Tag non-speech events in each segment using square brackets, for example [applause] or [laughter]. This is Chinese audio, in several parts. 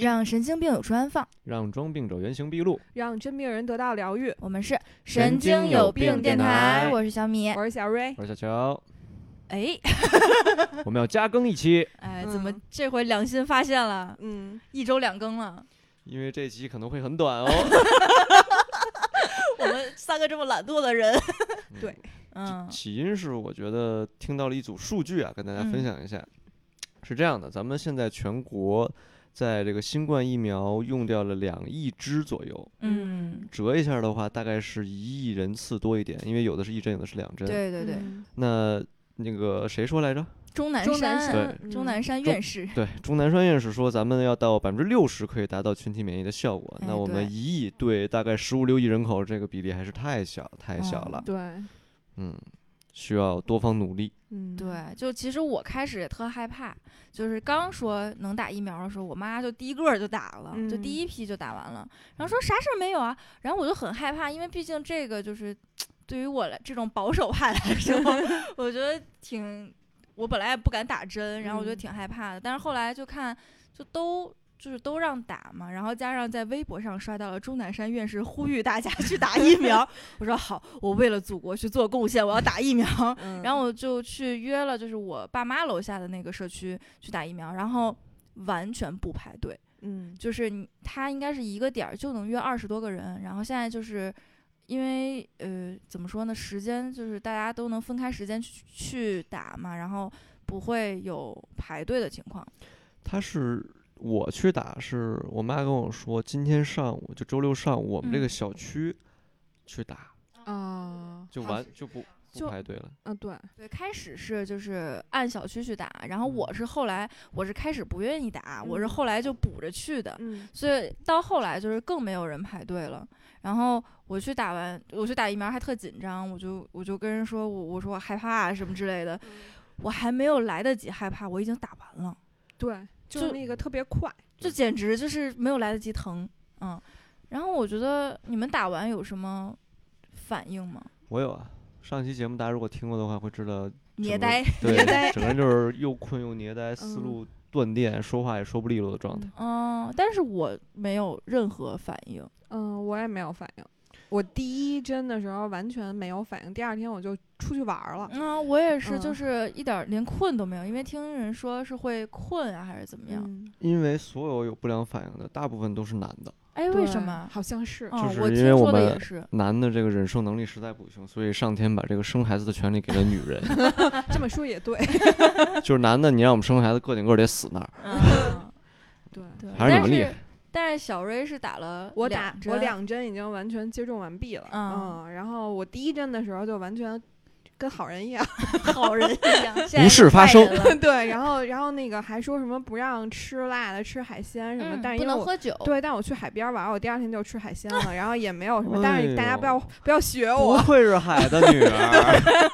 让神经病有处安放。让装病者原形 [laughs] 毕露。让真病人得到疗愈。我们是神经有病电台我是小米。我是小瑞，我是小乔，哎我们要加更 [laughs] 一期，哎，嗯怎么这回良心发现了？嗯，一周两更了，因为这期可能会很短哦。我们三个这么懒惰的人，嗯对 [laughs] 嗯 [laughs] 起因是我觉得听到了一组数据啊，跟大家嗯分享一下，是这样的，咱们现在全国在这个新冠疫苗用掉了两亿支左右，嗯，折一下的话，大概是一亿人次多一点，因为有的是一针，有的是两针。对对对，嗯那那个谁说来着？钟南钟南山，山，钟嗯南山院士，对，钟南山院士说，咱们要到百分之六十可以达到群体免疫的效果。哎那我对们一亿对大概十五六亿人口，这个比例还是太小太小嗯了。对，嗯，需要多方努力。嗯，对，就其实我开始也特害怕，就是刚说能打疫苗的时候，我妈就第一个儿就打了，就第嗯一批就打完了，然后说啥事儿没有啊，然后我就很害怕，因为毕竟这个就是对于我来这种保守派来说， [laughs] 我觉得挺，我本来也不敢打针，然后我觉得嗯挺害怕的，但是后来就看就都。就是都让打嘛，然后加上在微博上刷到了钟南山院士呼吁大家去打疫苗， [laughs] 我说好，我为了祖国去做贡献，我要打疫苗。嗯，然后我就去约了，就是我爸妈楼下的那个社区去打疫苗，然后完全不排队，嗯，就是你他应该是一个点儿就能约二十多个人，然后现在就是。因为呃，怎么说呢？时间就是大家都能分开时间去去打嘛，然后不会有排队的情况。他是我去打，是我妈跟我说，今天上午就周六上午，我们这个嗯小区去打，啊就好完是就不不就排队了。啊，对，对，开始是就是按小区去打，然后我是后来我是开始不愿意打，我是嗯后来就补着去的。嗯所以到后来就是更没有人排队了。然后我去打完，我去打疫苗还特紧张，我就我就跟人说我我说我害怕啊什么之类的，我还没有来得及害怕，我已经打完了，对，就是就那个特别快，这简直就是没有来得及疼，嗯。然后我觉得你们打完有什么反应吗？我有啊，上期节目大家如果听过的话，会知道整捏个呆，捏对，呆整个人就是又困又 [laughs] 捏呆，思嗯路断电，说话也说不利落的状态。嗯，但是我没有任何反应，嗯，我也没有反应。我第一针的时候完全没有反应，第二天我就出去玩儿了。嗯，我也是，就嗯是一点儿连困都没有，因为听人说是会困啊还是怎么样？嗯，因为所有有不良反应的，大部分都是男的。哎，为对啊什么？好像是，嗯，就是我因听为我说的也们是，男的这个忍受能力实在不行，所以上天把这个生孩子的权利给了女 [laughs] 人。这么说 [laughs] 也对。就是男的，你让我们生孩子，个顶个得死那儿。嗯， [laughs] 对，对， [laughs] 还是你但们厉害是但是小瑞是打了我两打我针， [laughs] 两针已经完全接种完毕了。嗯嗯，然后我第一针的时候就完全跟好人一样。好人一样，现在无是事发坏生人 [laughs] 了 [laughs] 对，然后然后那个还说什么不让吃辣的、吃海鲜什么，嗯但是不因为能我。喝酒，对，但我去海边玩，我第二天就吃海鲜了，然后也没有什么。但是大哎家呦不要不 [laughs] 要学不我，愧是海的女 [laughs] 儿。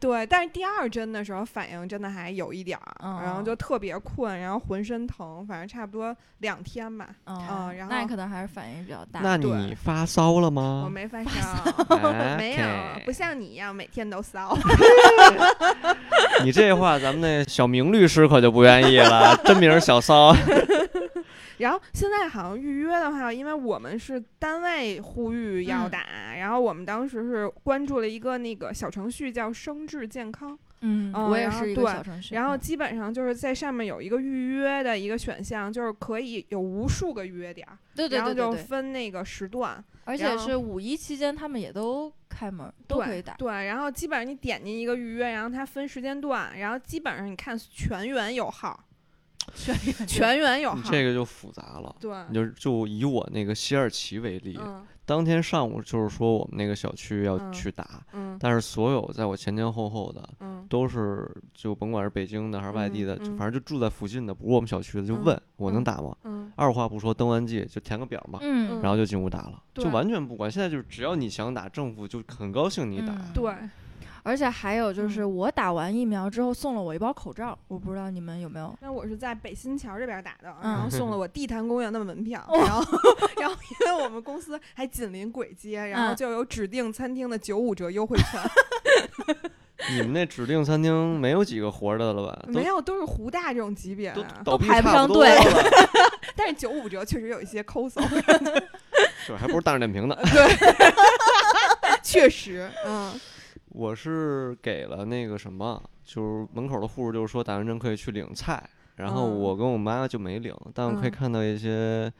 对。但是第二针的时候反应真的还有一点儿，然后嗯就特别困，然后浑身疼，反正差不多两天吧。嗯，嗯然那你后可能还是反应比较大，那你对发骚了我吗？没发烧， [laughs] 没没有，啊不像你一样每天都骚。你这话咱们那小明律师可就不愿意了，真名儿小骚。然后现在好像预约的话，因为我们是单位呼吁要嗯打，然后我们当时是关注了一个那个小程序叫“生智健康”，嗯，嗯我也然后是一个对小程序，然后嗯基本上就是在上面有一个预约的一个选项，就是可以有无数个预约点儿，对对对然对后就对，分那个时段，而且然后是五一期间他们也都开门，都对可以打，对，然后基本上你点进一个预约，然后它分时间段，然后基本上你看全员有号，嗯全 [laughs] 全员有你号，这个就复杂了。对，你就就以我那个西二旗为例，嗯当天上午就是说我们那个小区要嗯去打，嗯但是所有在我前前后后的嗯都是就甭管是北京的还是外地的，嗯就嗯反正就住在附近的，不是我们小区的，就嗯问我能嗯打吗？嗯，二话不说登完记就填个表嘛，嗯然后就进屋打了，就对完全不管。现在就是只要你想打，政府就很高兴你打。啊嗯对，而且还有就是，嗯我打完疫苗之后送了我一包口罩，我不知道你们有没有。那我是在北新桥这边打的，啊嗯哦然后送了我地坛公园的门票，然后然后因为我们公司还紧邻簋街，然嗯 [laughs] 后就有指定餐厅的九五折优惠券，你们那指定餐厅没有几个活着的了吧？没有，啊都是湖大这种级别都的。都倒闭排不差上不多队了，但是九五折确实有一些抠 [laughs] 搜，是吧还不如大众点评呢。确实，嗯，我是给了那个什么，就是门口的护士，就是说打完针可以去领菜，然后嗯我跟我妈就没领，但我可以嗯看到一些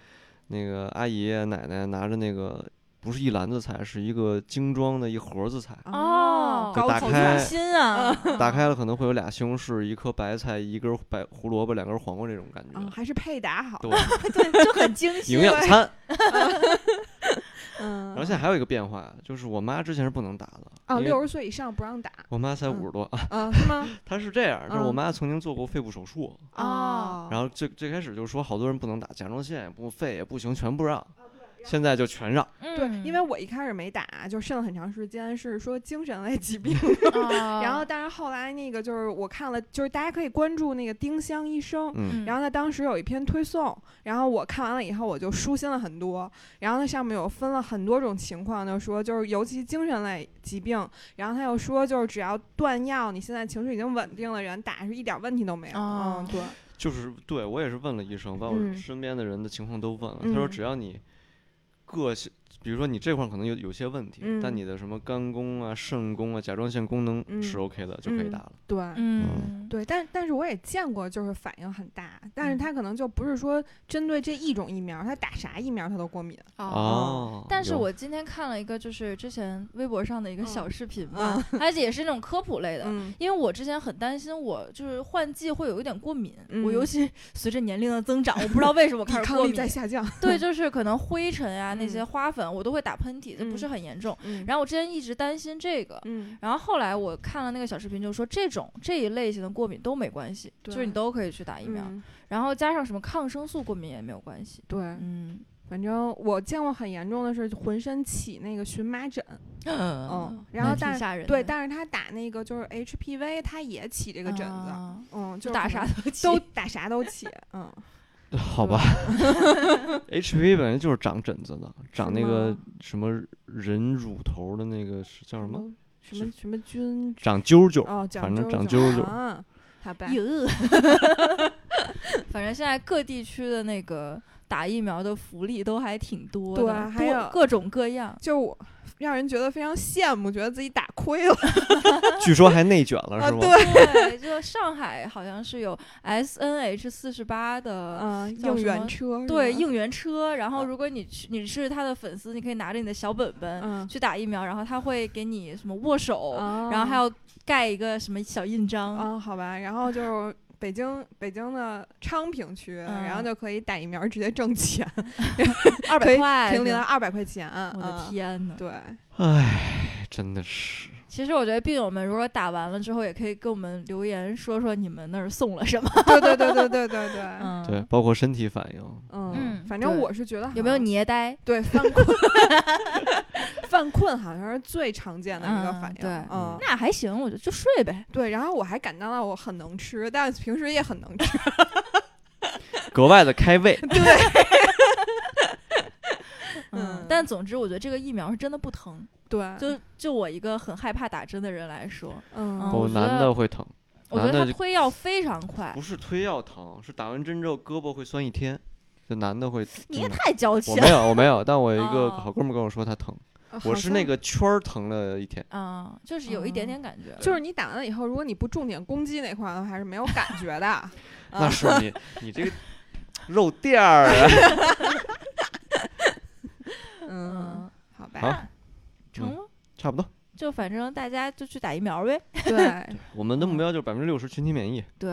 那个阿姨啊奶奶拿着那个不是一篮子菜，是一个精装的一盒子 [laughs] 菜，哦高打层开用心啊！打开了可能会有俩西红柿、一颗白菜、一根白胡萝卜、两根黄瓜这种感觉啊，，还是配搭好，对， [laughs] 对，就很精心。嗯营 [laughs] 养餐。嗯 [laughs] 然后现在还有一个变化，就是我妈之前是不能打的，啊，因为嗯六十岁以上不让打，我妈才嗯五十多，啊嗯，[laughs] 是吗？她是这样，就是我嗯妈曾经做过肺部手术，哦然后最最开始就说好多人不能打甲状腺也不肺也不行，全不让，现在就全让。对，嗯因为我一开始没打，就剩了很长时间，是说精神类疾病。嗯 [laughs] 然后，但是后来那个就是我看了，就是大家可以关注那个丁香医生。嗯，然后他当时有一篇推送，然后我看完了以后我就舒心了很多。然后它上面有分了很多种情况的说，就是尤其精神类疾病。然后他又说，就是只要断药，你现在情绪已经稳定了，人打是一点问题都没有。哦嗯，对，就是对我也是问了医生，把我嗯身边的人的情况都问了，他说嗯只要你个性，比如说你这块儿可能有有些问题，但嗯你的什么肝功啊、肾功啊、甲状腺功能是嗯 OK 的，就可以嗯打了。对，嗯，对，但但是我也见过，就是反应很大，但是嗯他可能就不是说针对这一种疫苗，他打啥疫苗他都过敏。哦，嗯但是有我今天看了一个，就是之前微博上的一个嗯小视频嘛，而且也是那种科普类的。嗯因为我之前很担心，我就是换季会有一点过敏，我嗯尤其随着年龄的增长，我不知道为什么我抵开始抗过力敏在。下降。 [laughs] 对，就是可能灰尘啊那些嗯花粉，我都会打喷嚏，这不是嗯很严重。嗯然后我之前一直担心这个，嗯，然后后来我看了那个小视频，就说这种这一类型的过敏都没关系，就是你对都可以去打疫苗，嗯然后加上什么抗生素过敏也没有关系。对，嗯，反正我见过很严重的是浑身起那个荨麻疹，嗯哦然后挺但吓人的，对，但是他打那个就是 HPV，他也起这这个疹子，嗯，就就是啊打可啥能都都起打啥 [laughs] 都起，嗯， [laughs] 好吧，HPV 本来就是长疹子的，长那个什么人乳头的那个是叫什么？什么什么菌，长揪揪。哦，长反正长长揪揪啊，好吧，哟， [laughs] 反正现在各地区的那个打疫苗的福利都还挺多的，对啊还多有各种各 [laughs] 样。就我让人觉得非常羡慕，觉得自己打亏了据说还内卷了啊，是吗？对，对，就上海好像是有 S N H 四十八的。嗯，叫应什么援车是哦对吧应援车，然后如果你去你是他的粉丝，你可以拿着你的小本本嗯，哦去打疫苗，然后他会给你什么握手，然后还有要盖一个什么小印章，嗯，好吧，然后就是北京北京的昌平区，嗯然后就可以打疫苗直接挣钱， [laughs] 二可百以块平零呢，二百块钱，我的嗯，天呐！对，唉，真的是。其实我觉得病友们如果打完了之后，也可以给我们留言说说你们那儿送了什么。对对对对对对对，嗯，对，，包括身体反应，嗯嗯，反正对我是觉得有没有好像捏呆？对犯困，犯困好像是最常见的一个嗯反应，对嗯，那还行，我就就睡呗。对，然后我还感觉到我很能吃，但平时也很能 [laughs] 吃，格外的开胃。嗯 [laughs] 嗯，但总之我觉得这个疫苗是真的不疼。对，就就我一个很害怕打针的人来说，嗯哦我不，觉男得哎的会疼，我觉男得它的推药非常快啊不。是推药疼，是打完针之后胳膊会酸一天。就男的会，嗯你也真的太娇气我了没有，我没有，但我有一个哦好哥们儿跟我说他疼，呃我好是像那个圈儿疼了一天。啊，就是有一点点感觉。嗯嗯就是你打完了以后，如果你不重点攻击那块儿的话，是没有感觉的。 [laughs] 嗯嗯那是 [laughs] 你，你这个肉垫儿啊！ [laughs] 嗯，嗯，好好吧，那嗯成了，差不多，就反正大家就去打疫苗呗。 [laughs] 对我们的目标就是百分之六十群体免疫，对，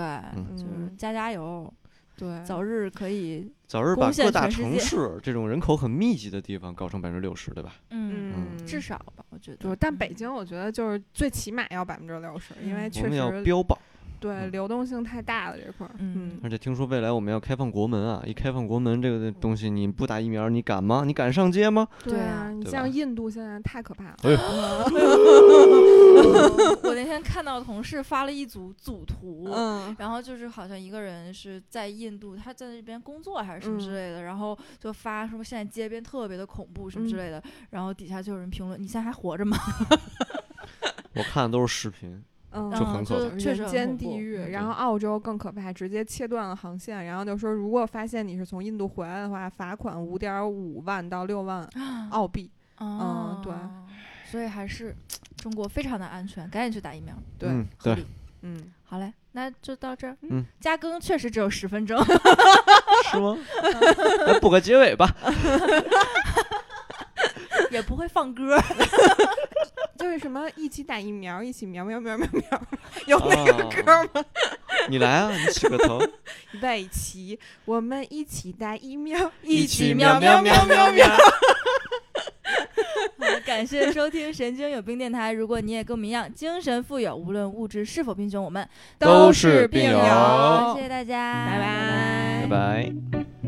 就是嗯加加油，对，早日可以。早日攻把陷各大全世城界市这种人口很密集的地方搞成百分之六十，对吧？嗯，嗯，至少吧，我觉对得。。但北嗯京我觉得就是最起码要百分之六十，因为嗯我确们要实标榜，对嗯流动性太大了这块儿。嗯嗯，而且听说未来我们要开放国门啊！一开放国门这个东西，你不打疫苗，你敢吗？你敢上街吗？对对啊啊，你对吧像印度现在太可怕了。哎呦我我那天看到同事发了一组组图，嗯然后就是好像一个人是在印度，他在那边工作还是什么之嗯类的，然后就发说现在街边特别的恐怖什么之嗯类的，然后底下就有人评论：“你现在还活着吗我看的都是视频，嗯，就很可怕嗯确实人很间恐地怖狱。嗯然后澳洲更可怕，直接切断了航线。然后就说，如果发现你是从印度回来的话，罚款五点五万到六万啊澳币。嗯对哦，所以还是中国非常的安全，赶紧去打疫苗，对，嗯，合对，理。嗯，好嘞，那就到这儿。嗯，加更确实只有十分钟。 [laughs] 是吗？ [laughs] 来补个结尾吧。也不会放歌儿。就是什么一起打疫苗，一起苗苗苗苗苗，有那个歌啊吗？你来啊，你起个头。魏琪，我们一起打疫苗，起起喵喵喵喵喵。好 [laughs] 感谢收听神经有病电台。如果你也跟我们一样精神富有，无论物质是否贫穷，我们都是是病友。友嗯谢谢大家，哦拜拜拜拜。